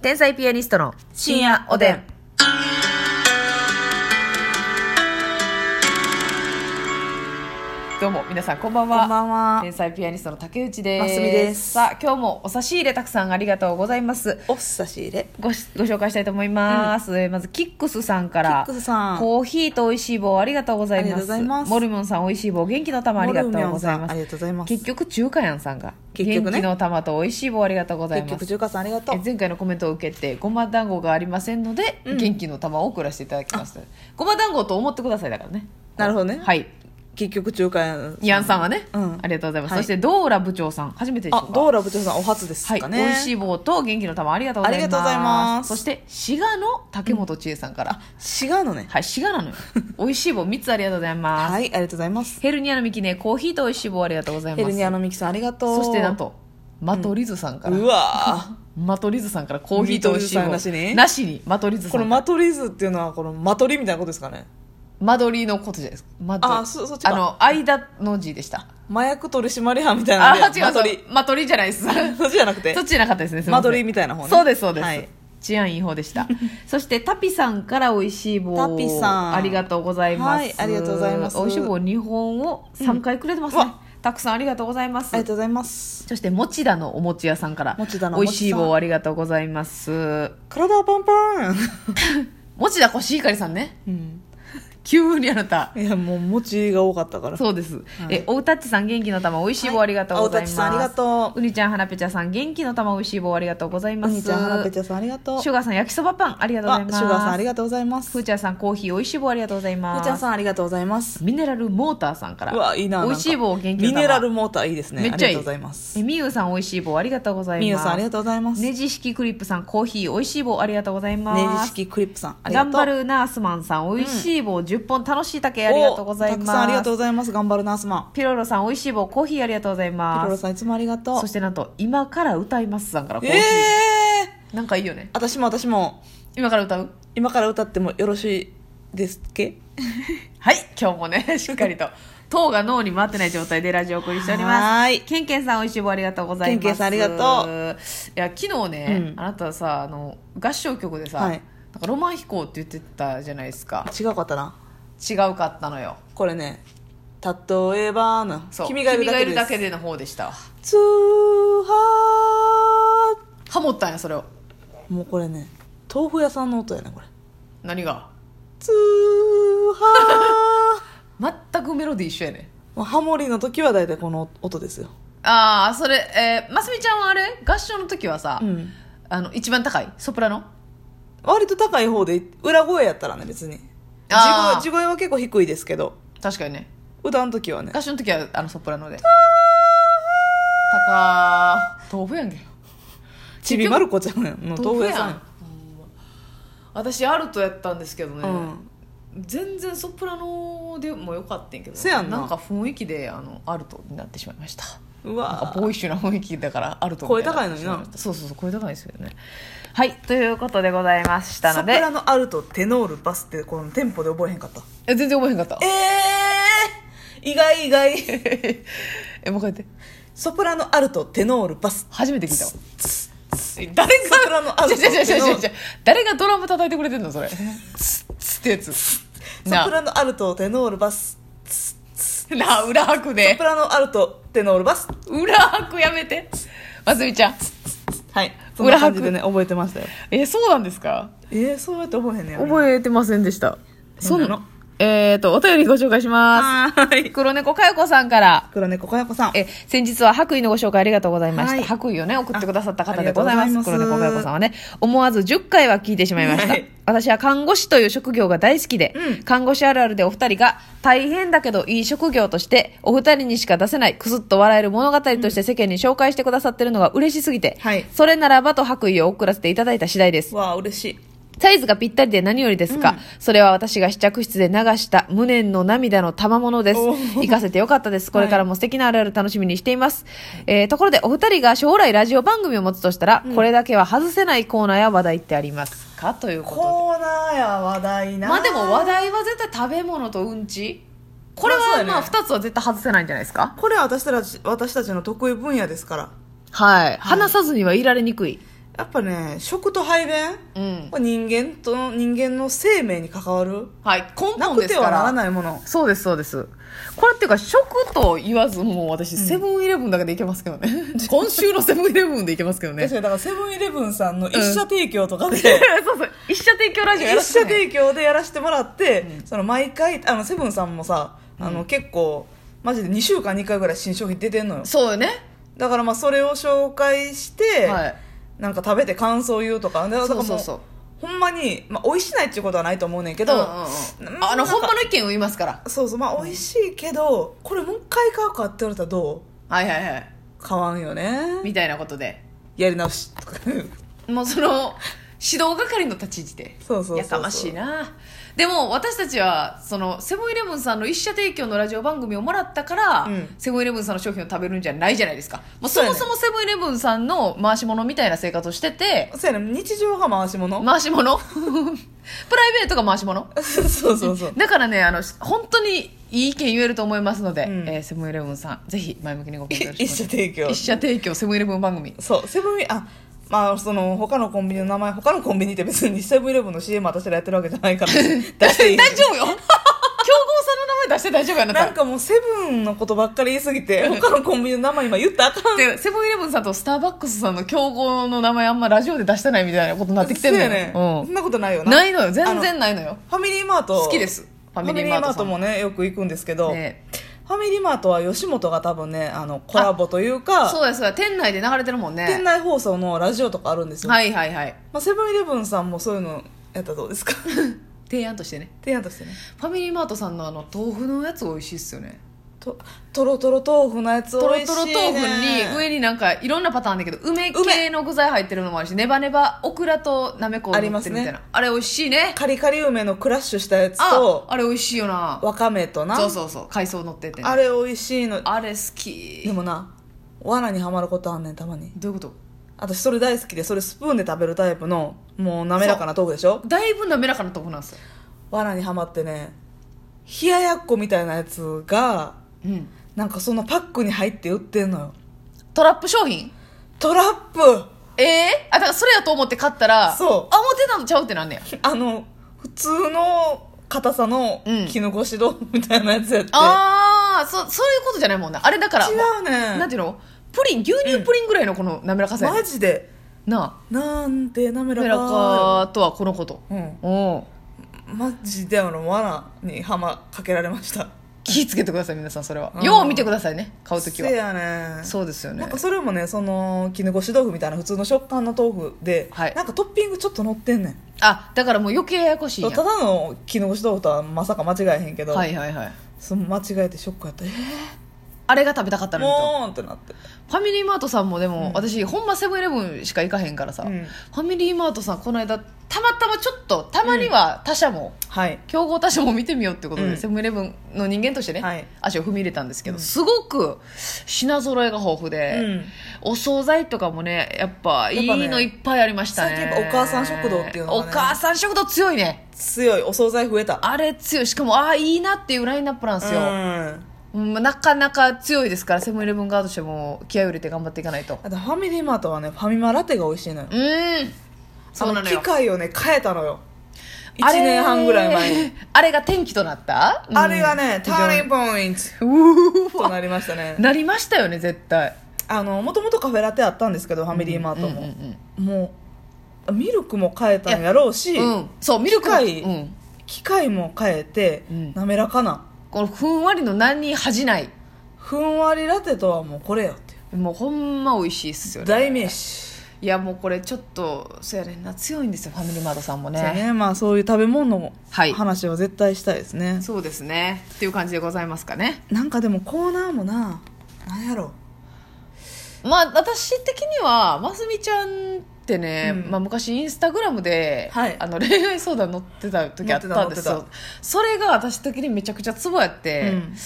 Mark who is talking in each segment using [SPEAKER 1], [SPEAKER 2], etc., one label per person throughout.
[SPEAKER 1] 天才ピアニストの
[SPEAKER 2] 深夜おでん。
[SPEAKER 1] どうも皆さんこんばんは。
[SPEAKER 2] こんばんは
[SPEAKER 1] 天。才ピアニストの竹内です。
[SPEAKER 2] ますみです
[SPEAKER 1] さあ今日もお差し入れたくさんありがとうございます。
[SPEAKER 2] お差し入れ。
[SPEAKER 1] ごしご紹介したいと思います、えーまずキックスさんか
[SPEAKER 2] キ
[SPEAKER 1] ら
[SPEAKER 2] ックスさん。
[SPEAKER 1] コーヒーと美味しい棒ありがとうござい
[SPEAKER 2] あり
[SPEAKER 1] ま
[SPEAKER 2] が
[SPEAKER 1] す
[SPEAKER 2] とうございます
[SPEAKER 1] モルモンさん美味しい棒元気の玉ありがとうござい
[SPEAKER 2] モルミョ
[SPEAKER 1] ま
[SPEAKER 2] ンさんあ
[SPEAKER 1] す
[SPEAKER 2] りがとうございます。
[SPEAKER 1] 結局中華やんさんが
[SPEAKER 2] 結局ね
[SPEAKER 1] 元気の玉と美味しい棒ありがとうござい
[SPEAKER 2] 結
[SPEAKER 1] ます
[SPEAKER 2] 局、中華さんありがと
[SPEAKER 1] え
[SPEAKER 2] う。
[SPEAKER 1] 前回のコメントを受けてごま団子がありませんので、
[SPEAKER 2] うん
[SPEAKER 1] 元気の玉を送らせていただきますごま団子と思ってくださいだからね
[SPEAKER 2] なるほどね。
[SPEAKER 1] はい
[SPEAKER 2] 結局、中華やん。
[SPEAKER 1] イアンさんはね、
[SPEAKER 2] うん
[SPEAKER 1] ありがとうございます、
[SPEAKER 2] は
[SPEAKER 1] そ
[SPEAKER 2] い
[SPEAKER 1] してドーラ部長さん初めてでしょう
[SPEAKER 2] あ
[SPEAKER 1] か、
[SPEAKER 2] ドーラ部長さん、お初です
[SPEAKER 1] はい、
[SPEAKER 2] か
[SPEAKER 1] 美
[SPEAKER 2] ね。
[SPEAKER 1] 味しい棒と元気の玉ありがとうございます
[SPEAKER 2] ありがとうございます
[SPEAKER 1] そして滋賀の竹本千恵さんから、
[SPEAKER 2] い。違うのね。
[SPEAKER 1] はい滋賀なの よ美味しい棒3つありがとうございます、
[SPEAKER 2] はい、ありがとうございます。
[SPEAKER 1] ヘルニアのミキねコーヒーと美味しい棒ありがとうございます
[SPEAKER 2] ヘルニアのミキさん、ありがと
[SPEAKER 1] そ
[SPEAKER 2] う。
[SPEAKER 1] してなん。とマトリズさんから、
[SPEAKER 2] うわ
[SPEAKER 1] マトリズさんからコーヒーと美味しい棒
[SPEAKER 2] マトリズさんなしに
[SPEAKER 1] なしにマトリズ
[SPEAKER 2] ー
[SPEAKER 1] さ
[SPEAKER 2] こ
[SPEAKER 1] んか
[SPEAKER 2] の
[SPEAKER 1] ら
[SPEAKER 2] マトリーズっていうのは、このマトリみたいなことですかね。
[SPEAKER 1] 間取りのことじゃないですか間取り
[SPEAKER 2] あそそっちか
[SPEAKER 1] あの間の字でした
[SPEAKER 2] 麻薬取締班みたい
[SPEAKER 1] あ
[SPEAKER 2] な
[SPEAKER 1] 違
[SPEAKER 2] の
[SPEAKER 1] う
[SPEAKER 2] で。マトリ。
[SPEAKER 1] 間取りじゃないで すそ
[SPEAKER 2] そっちじゃなくて。
[SPEAKER 1] っちじゃなかったですねすいません
[SPEAKER 2] 間取りみたいな方ね
[SPEAKER 1] そうですそうです、
[SPEAKER 2] はい
[SPEAKER 1] 治安いい方でした そしてタピさんから美味しい棒
[SPEAKER 2] タピさん
[SPEAKER 1] ありがとうございます、
[SPEAKER 2] はいありがとうございます
[SPEAKER 1] 美味しい棒2本を3回くれてます
[SPEAKER 2] う
[SPEAKER 1] ね、
[SPEAKER 2] んうわ
[SPEAKER 1] たくさんありがとうございます
[SPEAKER 2] ありがとうございます。
[SPEAKER 1] そして餅田のお餅屋さんから
[SPEAKER 2] 餅田のお
[SPEAKER 1] 美
[SPEAKER 2] 餅
[SPEAKER 1] 味
[SPEAKER 2] さん
[SPEAKER 1] しい棒ありがとうございます
[SPEAKER 2] 体はパンパン。
[SPEAKER 1] 餅田コシヒカリさんね
[SPEAKER 2] うん。
[SPEAKER 1] 急にあなた
[SPEAKER 2] いや、もう、餅が多かったから。
[SPEAKER 1] そうです。え、おうたっちさん元気の玉美味しい棒
[SPEAKER 2] はい
[SPEAKER 1] ありがとうございます。
[SPEAKER 2] おうたっちさんありがとう
[SPEAKER 1] うにちゃんはなぺちゃさん元気の玉美味しい棒ありがとうございます。
[SPEAKER 2] うにちゃん、はなぺちゃさん、ありがとう。
[SPEAKER 1] シュガーさん焼きそばパンありがとうございます。
[SPEAKER 2] あシュガーさん、ありがとうございます。
[SPEAKER 1] ふーちゃんさんコーヒー美味しい棒ありがとうございます。
[SPEAKER 2] ふーちゃんさんありがとうございます。
[SPEAKER 1] ミネラルモーターさんから。
[SPEAKER 2] うわ、いいな。
[SPEAKER 1] 美味しい棒元気の玉。
[SPEAKER 2] ミネラルモーターいいですね。
[SPEAKER 1] めっちゃいい。
[SPEAKER 2] ありがとうございます。
[SPEAKER 1] え、みゆさん美味しい棒ありがとうございます。
[SPEAKER 2] みゆさん、ありがとうございます。
[SPEAKER 1] ネ
[SPEAKER 2] ネジ
[SPEAKER 1] ジ式クリップさんコーヒー美味しい棒ありがとうございます。
[SPEAKER 2] 式クリップさん、ありがと
[SPEAKER 1] 頑
[SPEAKER 2] う。
[SPEAKER 1] 張るナースマンさん美味しい棒10本楽しい竹ありがとうございます。
[SPEAKER 2] おたくさんありがとうございます。頑張るナースマン。
[SPEAKER 1] ピロロさん美味しい棒コーヒーありがとうござい
[SPEAKER 2] ピ
[SPEAKER 1] ま
[SPEAKER 2] ロロ
[SPEAKER 1] す
[SPEAKER 2] さん、いつもありがとう
[SPEAKER 1] そし。てなんと今から歌いますさんからコー
[SPEAKER 2] え
[SPEAKER 1] ヒー、
[SPEAKER 2] えー
[SPEAKER 1] なんかいいよね
[SPEAKER 2] 私も私も、
[SPEAKER 1] 今から歌う
[SPEAKER 2] 今から歌ってもよろしいですっけ
[SPEAKER 1] はい今日もね しっかりと糖が脳に回ってない状態でラジオお送りしております
[SPEAKER 2] はーい。
[SPEAKER 1] ケンケンさん美味しい棒ありがとうございます
[SPEAKER 2] ケンケンさんありがと
[SPEAKER 1] ういや昨日ね、
[SPEAKER 2] うん
[SPEAKER 1] あなたさあの合唱曲でさ、
[SPEAKER 2] はい
[SPEAKER 1] なんかロマン飛行って言ってたじゃないですか
[SPEAKER 2] 違うかったな。
[SPEAKER 1] 違うかったのよ
[SPEAKER 2] これね、例えばの、
[SPEAKER 1] そう
[SPEAKER 2] 君がいるだけで
[SPEAKER 1] で
[SPEAKER 2] す。
[SPEAKER 1] の方でしたわ
[SPEAKER 2] ツーハ
[SPEAKER 1] ハモったんやそれを
[SPEAKER 2] ーもうこれね、豆腐屋さんの音やね、これ。
[SPEAKER 1] 何が
[SPEAKER 2] ツーハ
[SPEAKER 1] 全くメロディー一緒やね
[SPEAKER 2] ー もうハモリの時は大体この音ですよ、
[SPEAKER 1] ああそれえー、ますみちゃんはあれ合唱の時はさ、
[SPEAKER 2] うん、
[SPEAKER 1] あの一番高いソプラノ
[SPEAKER 2] 割と高い方で裏声やったらね別に
[SPEAKER 1] あー
[SPEAKER 2] 地声地声は結構低いですけど
[SPEAKER 1] 確かにね
[SPEAKER 2] 歌の時はね
[SPEAKER 1] 合唱の時はあのソプラノで高ー豆腐やんけ
[SPEAKER 2] ちびまる子ちゃんの豆腐屋さ
[SPEAKER 1] ほ
[SPEAKER 2] ん
[SPEAKER 1] んま私アルトやったんですけどね、
[SPEAKER 2] うん
[SPEAKER 1] 全然ソプラノでもよかったんやけど
[SPEAKER 2] せやんなん
[SPEAKER 1] か雰囲気であのアルトになってしまいました
[SPEAKER 2] う
[SPEAKER 1] なん
[SPEAKER 2] わ
[SPEAKER 1] かボーイッシュな雰囲気だからアルトみたってしまいました
[SPEAKER 2] 声高いのに
[SPEAKER 1] そうそうそう声高いですよねはいということでございました
[SPEAKER 2] ソ
[SPEAKER 1] の
[SPEAKER 2] プ
[SPEAKER 1] で
[SPEAKER 2] ラノアルトテノールバスってこのテンポで覚えへんかった
[SPEAKER 1] え全然覚えへんかった
[SPEAKER 2] ええ意外意外
[SPEAKER 1] えもう一回やって
[SPEAKER 2] ソプラノアルトテノールバス
[SPEAKER 1] 初めて聞いたわ
[SPEAKER 2] 誰がソプラノアル
[SPEAKER 1] 違
[SPEAKER 2] ト
[SPEAKER 1] う
[SPEAKER 2] テ
[SPEAKER 1] 違
[SPEAKER 2] ノ
[SPEAKER 1] う違う違う
[SPEAKER 2] ー
[SPEAKER 1] 違
[SPEAKER 2] ル
[SPEAKER 1] う誰がドラム叩いてくれてんのそれツッツッってやつ
[SPEAKER 2] ソプ
[SPEAKER 1] な
[SPEAKER 2] ラノアルトテノールバス
[SPEAKER 1] あなあ裏拍
[SPEAKER 2] ソ
[SPEAKER 1] で
[SPEAKER 2] プラノアルトテノールバス
[SPEAKER 1] 裏拍やめてますみちゃん
[SPEAKER 2] はいそん
[SPEAKER 1] 裏
[SPEAKER 2] な
[SPEAKER 1] 拍
[SPEAKER 2] 感じでね覚えてましたよ
[SPEAKER 1] えそうなんですか
[SPEAKER 2] えー、そうやって覚えへんねや
[SPEAKER 1] えてませんでしたそん
[SPEAKER 2] そうなの
[SPEAKER 1] えっとお便りご紹介しま
[SPEAKER 2] はー
[SPEAKER 1] す
[SPEAKER 2] い
[SPEAKER 1] 黒猫かよこさんから
[SPEAKER 2] 黒猫かやこさん
[SPEAKER 1] え先日は白衣のご紹介ありがとうございました、
[SPEAKER 2] はい
[SPEAKER 1] 白衣をね送ってくださった
[SPEAKER 2] あ
[SPEAKER 1] 方
[SPEAKER 2] あり
[SPEAKER 1] で
[SPEAKER 2] が
[SPEAKER 1] ご
[SPEAKER 2] とうご
[SPEAKER 1] ざい
[SPEAKER 2] ざい
[SPEAKER 1] ま
[SPEAKER 2] ますす
[SPEAKER 1] 黒猫かよこさんはね思わず10回は聞いてしまいました、
[SPEAKER 2] はい
[SPEAKER 1] 私は看護師という職業が大好きで、
[SPEAKER 2] うん
[SPEAKER 1] 看護師あるあるでお二人が大変だけどいい職業としてお二人にしか出せないくすっと笑える物語として世間に紹介してくださってるのが嬉しすぎて、
[SPEAKER 2] はい
[SPEAKER 1] それならばと白衣を送らせていただいた次第です
[SPEAKER 2] わあ嬉しい
[SPEAKER 1] サイズがぴったりで何よりですが、それは私が試着室で流した無念の涙の賜物です。
[SPEAKER 2] お
[SPEAKER 1] 行かせてよかったです。これからも素敵なあるある楽しみにしています。えー、ところでお二人が将来ラジオ番組を持つとしたら、これだけは外せないコーナーや話題ってありますかというこ
[SPEAKER 2] コーナーや話題
[SPEAKER 1] とで。
[SPEAKER 2] な
[SPEAKER 1] まあでも話題は絶対食べ物とうんちこれ
[SPEAKER 2] まあそ
[SPEAKER 1] は
[SPEAKER 2] うだ
[SPEAKER 1] まあ
[SPEAKER 2] ね
[SPEAKER 1] 二つは絶対外せないんじゃないですか
[SPEAKER 2] これは私たち私たちの得意分野ですから
[SPEAKER 1] はい。話さずにはいられにくい。
[SPEAKER 2] やっぱね食と排便、
[SPEAKER 1] うん
[SPEAKER 2] これ人間と人間の生命に関わる
[SPEAKER 1] はい根
[SPEAKER 2] な
[SPEAKER 1] 本
[SPEAKER 2] く
[SPEAKER 1] です
[SPEAKER 2] て
[SPEAKER 1] か
[SPEAKER 2] は
[SPEAKER 1] ら
[SPEAKER 2] ならないもの
[SPEAKER 1] そうですそうですこれっていうか食と言わずもう私セブンイレブンだけでいけますけど ね、今週のセブンイレブンでいけますけどねそう
[SPEAKER 2] 確かにだからセブンイレブンさんの一
[SPEAKER 1] うん
[SPEAKER 2] 社提供とかで、
[SPEAKER 1] そう一社提供ラジオや
[SPEAKER 2] 一
[SPEAKER 1] ら
[SPEAKER 2] 社
[SPEAKER 1] せて
[SPEAKER 2] 提供でやらせてもらって、
[SPEAKER 1] うん
[SPEAKER 2] その毎回あのセブンさんもさあの、結構マジで2週間2回ぐらい新商品出てんのよ
[SPEAKER 1] そうよね
[SPEAKER 2] だからまあそれを紹介して、
[SPEAKER 1] はい
[SPEAKER 2] なんか食べて感想言うとかだから
[SPEAKER 1] そうそうそう
[SPEAKER 2] ほんまに、まあ、美味しないっていうことはないと思うねんけど、
[SPEAKER 1] うんうんうんあ
[SPEAKER 2] な
[SPEAKER 1] の
[SPEAKER 2] んか
[SPEAKER 1] 本場の意見を言いますから
[SPEAKER 2] そうそうまあ美味しいけどこれもう一回買うかって言われたらど
[SPEAKER 1] はいはいはいう
[SPEAKER 2] 買わんよね
[SPEAKER 1] みたいなことで
[SPEAKER 2] やり直し とか
[SPEAKER 1] もうその指導係の立ち位置で
[SPEAKER 2] そうそうそうそう
[SPEAKER 1] やかましいなでも私たちはそのセブンイレブンさんの一社提供のラジオ番組をもらったから、
[SPEAKER 2] うん
[SPEAKER 1] セブンイレブンさんの商品を食べるんじゃないじゃないですかもう
[SPEAKER 2] そ
[SPEAKER 1] そう
[SPEAKER 2] や
[SPEAKER 1] も
[SPEAKER 2] ね
[SPEAKER 1] そもセブンイレブンさんの回し物みたいな生活をしてて
[SPEAKER 2] そうやね日常が回し物、
[SPEAKER 1] 回し物 プライベートが回し物
[SPEAKER 2] そうそうそう
[SPEAKER 1] だからねあの本当にいい意見言えると思いますので、
[SPEAKER 2] うん
[SPEAKER 1] えーセブンイレブンさんぜひ前向きにご検討
[SPEAKER 2] 一社提供
[SPEAKER 1] 一社提供セブンイレブン番組
[SPEAKER 2] そうセブンイあまあその他のコンビニの名前他のコンビニって別にセブンイレブンの CM 私らやってるわけじゃない から出していい
[SPEAKER 1] 大丈夫よ 競合さんの名前出して大丈夫やな
[SPEAKER 2] なんかもうセブンのことばっかり言いすぎて他のコンビニの名前今言ったらあかん
[SPEAKER 1] でセブンイレブンさんとスターバックスさんの競合の名前あんまラジオで出してないみたいなことになってきてんの
[SPEAKER 2] そう
[SPEAKER 1] よ、
[SPEAKER 2] やねそんなことないよ
[SPEAKER 1] うん、
[SPEAKER 2] な
[SPEAKER 1] ないのよ全然ないのよ
[SPEAKER 2] ファミリーマート
[SPEAKER 1] 好きですフ
[SPEAKER 2] フ
[SPEAKER 1] ァ
[SPEAKER 2] ァ
[SPEAKER 1] ミ
[SPEAKER 2] ミ
[SPEAKER 1] リ
[SPEAKER 2] リ
[SPEAKER 1] ー
[SPEAKER 2] ー
[SPEAKER 1] マ
[SPEAKER 2] マ
[SPEAKER 1] ート
[SPEAKER 2] ー
[SPEAKER 1] さ
[SPEAKER 2] ト
[SPEAKER 1] ん
[SPEAKER 2] もねよく行くんですけど、
[SPEAKER 1] ね
[SPEAKER 2] ファミリーマートは吉本が多分ねあのコラボというか
[SPEAKER 1] そうやそうや店内で流れてるもんね
[SPEAKER 2] 店内放送のラジオとかあるんですよ、
[SPEAKER 1] はいはいはい
[SPEAKER 2] まあ、セブンイレブンさんもそういうのやったらどうです か
[SPEAKER 1] 提案としてね
[SPEAKER 2] 提案としてね
[SPEAKER 1] ファミリーマートさんのあの豆腐のやつ美味しいっすよね
[SPEAKER 2] ととろとろ豆腐のやつ
[SPEAKER 1] とろ
[SPEAKER 2] 美味しい、ね、
[SPEAKER 1] とろ豆腐に上になんかいろんなパターンだけど梅
[SPEAKER 2] 梅
[SPEAKER 1] 系の具材入ってるのもあるしネバネバオクラとなめこ
[SPEAKER 2] あ
[SPEAKER 1] が
[SPEAKER 2] り
[SPEAKER 1] 乗
[SPEAKER 2] ま
[SPEAKER 1] って
[SPEAKER 2] す
[SPEAKER 1] る
[SPEAKER 2] ね
[SPEAKER 1] みたいなあれ美味しいね
[SPEAKER 2] カリカリ梅のクラッシュしたやつ
[SPEAKER 1] あ
[SPEAKER 2] と
[SPEAKER 1] あれ美味しいよな
[SPEAKER 2] わかめとな
[SPEAKER 1] そうそうそう海藻乗っててね、
[SPEAKER 2] あれ美味しいの
[SPEAKER 1] あれ好き
[SPEAKER 2] でもな罠にはまることあんねんたまに
[SPEAKER 1] どういうこ
[SPEAKER 2] 私それ大好きでそれスプーンで食べるタイプのもう滑らかな豆腐でしょ
[SPEAKER 1] とだいぶ滑らかなとこなんですよ、
[SPEAKER 2] 罠にはまってね冷ややっこみたいなやつが
[SPEAKER 1] うん、
[SPEAKER 2] なんかそんなパックに入って売ってんのよ
[SPEAKER 1] トラップ商品
[SPEAKER 2] トラップ
[SPEAKER 1] ええあだからそれやと思って買ったら
[SPEAKER 2] そう
[SPEAKER 1] あ思ってたのちゃうってなんねや
[SPEAKER 2] あの普通の硬さの
[SPEAKER 1] うん
[SPEAKER 2] 絹ごし豆腐みたいなやつやって、
[SPEAKER 1] ああそそういうことじゃないもんなあれだから
[SPEAKER 2] 違う
[SPEAKER 1] なん
[SPEAKER 2] ね
[SPEAKER 1] ていうのプリン牛乳プリンぐらいのこの滑らかさやね、
[SPEAKER 2] マジで
[SPEAKER 1] なあ
[SPEAKER 2] なんて滑ら
[SPEAKER 1] 滑
[SPEAKER 2] から
[SPEAKER 1] かとはこのこと
[SPEAKER 2] うん
[SPEAKER 1] お
[SPEAKER 2] マジであの罠にハマかけられました
[SPEAKER 1] 気ぃつけてください皆さんそれは
[SPEAKER 2] うん
[SPEAKER 1] よう見てくださいね買うとき
[SPEAKER 2] せ
[SPEAKER 1] は
[SPEAKER 2] やね
[SPEAKER 1] そうですよね
[SPEAKER 2] なんかそれもねその絹ごし豆腐みたいな普通の食感の豆腐で、
[SPEAKER 1] はい
[SPEAKER 2] なんかトッピングちょっと乗ってんねん
[SPEAKER 1] あだからもう余計ややこしいん
[SPEAKER 2] そう
[SPEAKER 1] や
[SPEAKER 2] ただの絹ごし豆腐とはまさか間違えへんけど、
[SPEAKER 1] はいはいはい
[SPEAKER 2] その間違えてショックやったえ
[SPEAKER 1] あれが食べたかった
[SPEAKER 2] ー、
[SPEAKER 1] のにと
[SPEAKER 2] もーんってなって
[SPEAKER 1] ファミリーマートさんもでも、
[SPEAKER 2] うん
[SPEAKER 1] 私ほんまセブンイレブンしか行かへんからさ、
[SPEAKER 2] うん
[SPEAKER 1] ファミリーマートさんこの間たまたまちょっとたまには他社も、
[SPEAKER 2] はい
[SPEAKER 1] 競合他社も見てみようってことで、
[SPEAKER 2] うん
[SPEAKER 1] セブンイレブンの人間としてね、
[SPEAKER 2] はい
[SPEAKER 1] 足を踏み入れたんですけど、
[SPEAKER 2] うん
[SPEAKER 1] すごく品揃えが豊富で、
[SPEAKER 2] うん
[SPEAKER 1] お惣菜とかもねやっぱい
[SPEAKER 2] やっぱね
[SPEAKER 1] いのいっぱいありましたね
[SPEAKER 2] 最近やっぱお母さん食堂っていうのがね
[SPEAKER 1] お母さん食堂強いね
[SPEAKER 2] 強いお惣菜増えた
[SPEAKER 1] あれ強いしかもああいいなっていうラインナップなんですよ、
[SPEAKER 2] うん
[SPEAKER 1] うんなかなか強いですからセブンイレブン側としても気合を入れて頑張っていかないと
[SPEAKER 2] あとファミリーマートはねファミマラテが美味しいのよ
[SPEAKER 1] うんそうなの
[SPEAKER 2] あの
[SPEAKER 1] よ
[SPEAKER 2] 機械をね変えたのよ1年半ぐらい前に
[SPEAKER 1] にあれが転機となった
[SPEAKER 2] あれがね、ターニングポイントとなりましたね
[SPEAKER 1] なりましたよね絶対
[SPEAKER 2] あのもともとカフェラテあったんですけどファミリーマートも、
[SPEAKER 1] うんうん
[SPEAKER 2] もうミルクも変えたんやろうし、
[SPEAKER 1] うんうんそうミルクも
[SPEAKER 2] 機械
[SPEAKER 1] うん
[SPEAKER 2] 機械も変えて、
[SPEAKER 1] うん
[SPEAKER 2] 滑らかな
[SPEAKER 1] このふんわりの何に恥じない
[SPEAKER 2] ふんわりラテとはもうこれよっていう
[SPEAKER 1] もうほんま美味しいっすよね
[SPEAKER 2] 代名詞
[SPEAKER 1] いやもうこれちょっとそうやねんな強いんですよファミリーマートさんも
[SPEAKER 2] そう
[SPEAKER 1] ね
[SPEAKER 2] ねまあそういう食べ物の
[SPEAKER 1] はい
[SPEAKER 2] 話は絶対したいですね、
[SPEAKER 1] そうですねっていう感じでございますかね
[SPEAKER 2] なんかでもコーナーもななんやろ
[SPEAKER 1] まあ私的にはますみちゃんってね、
[SPEAKER 2] うん
[SPEAKER 1] まあ、昔インスタグラムで、
[SPEAKER 2] はい
[SPEAKER 1] あの恋愛相談載ってた時あったんです
[SPEAKER 2] 載っ
[SPEAKER 1] よ
[SPEAKER 2] て
[SPEAKER 1] それが私的にめちゃくちゃツボやって、
[SPEAKER 2] うん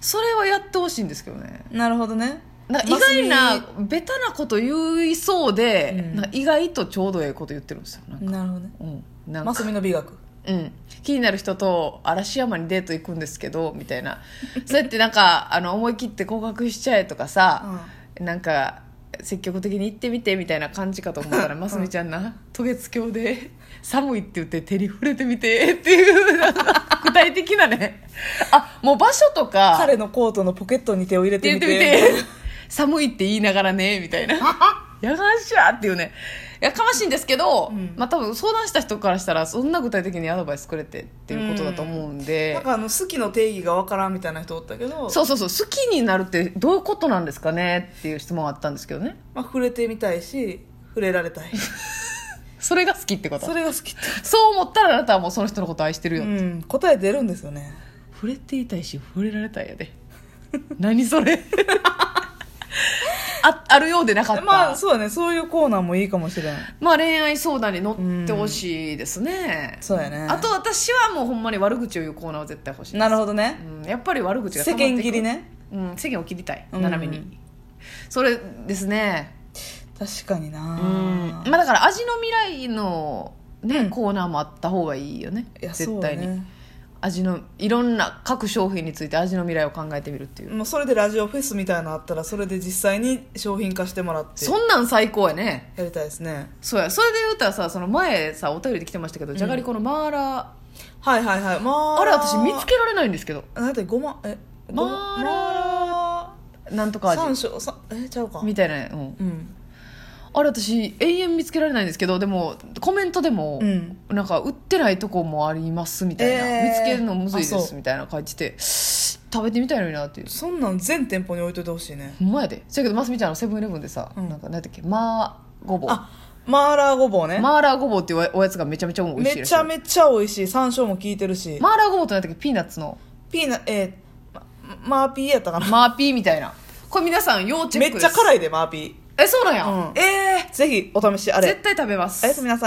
[SPEAKER 1] それはやってほしいんですけどね
[SPEAKER 2] なるほどね
[SPEAKER 1] なんか意外
[SPEAKER 2] マス
[SPEAKER 1] なベタなこと言いそうで、
[SPEAKER 2] うん
[SPEAKER 1] なんか意外とちょうどええこと言ってるんですよなんか
[SPEAKER 2] ミなるほどね
[SPEAKER 1] うんなんか
[SPEAKER 2] マスミの美学
[SPEAKER 1] うん、気になる人と嵐山にデート行くんですけどみたいなそうやってなんかあの思い切って告白しちゃえとかさ、なんか積極的に行ってみてみたいな感じかと思ったらますみちゃんな渡月橋で 寒いって言って手に触れてみてっていう なんか具体的なねあもう場所とか
[SPEAKER 2] 彼のコートのポケットに手を入れて
[SPEAKER 1] 言
[SPEAKER 2] み
[SPEAKER 1] っててみて 寒いって言いながらねみたいなやがんしゃーっていうねやかましいんですけど、
[SPEAKER 2] うん
[SPEAKER 1] まあ多分相談した人からしたらそんな具体的にアドバイスくれてっていうことだと思うんで
[SPEAKER 2] なん、かあの好きの定義がわからんみたいな人おったけど
[SPEAKER 1] そうそうそう好きになるってどういうことなんですかねっていう質問があったんですけどね
[SPEAKER 2] まあ、触れてみたいし触れられた い
[SPEAKER 1] それが好きってこと
[SPEAKER 2] それが好きって、
[SPEAKER 1] そう思ったらあなたはもうその人のこと愛してるよ、
[SPEAKER 2] うん、答え出るんですよね
[SPEAKER 1] 触れていたいし触れられたいやで 何それ ああるようでなかった、
[SPEAKER 2] まあそうだねそういうコーナーもいいかもしれない
[SPEAKER 1] まあ恋愛相談に乗ってほしいですね、
[SPEAKER 2] そうやね
[SPEAKER 1] あと私はもうほんまに悪口を言うコーナーは絶対欲しいです
[SPEAKER 2] なるほどね
[SPEAKER 1] うん、やっぱり悪口が
[SPEAKER 2] 世間切
[SPEAKER 1] ね、
[SPEAKER 2] りね
[SPEAKER 1] うん、世間を切りたい
[SPEAKER 2] うん
[SPEAKER 1] 斜めに、それですね
[SPEAKER 2] 確かにな
[SPEAKER 1] うんまあだから味の未来のね、
[SPEAKER 2] うん
[SPEAKER 1] コーナーもあった方がいいよね
[SPEAKER 2] いや
[SPEAKER 1] 絶対に、
[SPEAKER 2] そうだね
[SPEAKER 1] 味のいろんな各商品について味の未来を考えてみるっていう、
[SPEAKER 2] もうそれでラジオフェスみたいなのあったらそれで実際に商品化してもらって
[SPEAKER 1] そんなん最高やね
[SPEAKER 2] やりたいですね
[SPEAKER 1] そうやそれで言うたらさその前さお便りで来てましたけど、じゃがりこのマーラ
[SPEAKER 2] はいはいはいま
[SPEAKER 1] ー
[SPEAKER 2] あ
[SPEAKER 1] あれ私見つけられないんですけど
[SPEAKER 2] なんてごまえごま
[SPEAKER 1] マーラなんとか
[SPEAKER 2] マーラ
[SPEAKER 1] 味
[SPEAKER 2] 三章さえちゃうか
[SPEAKER 1] みたいな、うん、
[SPEAKER 2] うん
[SPEAKER 1] あれ私永遠見つけられないんですけどでもコメントでも、
[SPEAKER 2] うん
[SPEAKER 1] なんか売ってないとこもありますみたいな、
[SPEAKER 2] えー
[SPEAKER 1] 見つけるのむずいで
[SPEAKER 2] あそ
[SPEAKER 1] す
[SPEAKER 2] う
[SPEAKER 1] みたいな書いてて食べてみたいのになっていう
[SPEAKER 2] そんなん全店舗に置いといてほしいね
[SPEAKER 1] ほんまやでそやけどますみちゃんあのセブンイレブンでさ、
[SPEAKER 2] うん
[SPEAKER 1] なんか何だっけマーごぼう
[SPEAKER 2] あマーラーごぼうね
[SPEAKER 1] マーラーごぼうっていうおやつがめちゃめちゃ美味しい
[SPEAKER 2] め
[SPEAKER 1] らし
[SPEAKER 2] ち
[SPEAKER 1] い
[SPEAKER 2] ゃめちゃ美味しい山椒も効いてるし、
[SPEAKER 1] マーラーごぼうって何だっけピーナッツの
[SPEAKER 2] ピーナえー、まマーピーやったかな
[SPEAKER 1] マーピーみたいなこれ皆さん要チェ
[SPEAKER 2] め
[SPEAKER 1] ッ
[SPEAKER 2] っ
[SPEAKER 1] クです
[SPEAKER 2] ちゃ辛いでマーピ
[SPEAKER 1] えそうなんや、
[SPEAKER 2] うん
[SPEAKER 1] え
[SPEAKER 2] ーぜひお試しあ
[SPEAKER 1] ー、絶
[SPEAKER 2] れ
[SPEAKER 1] 対食べます
[SPEAKER 2] おやすみなさい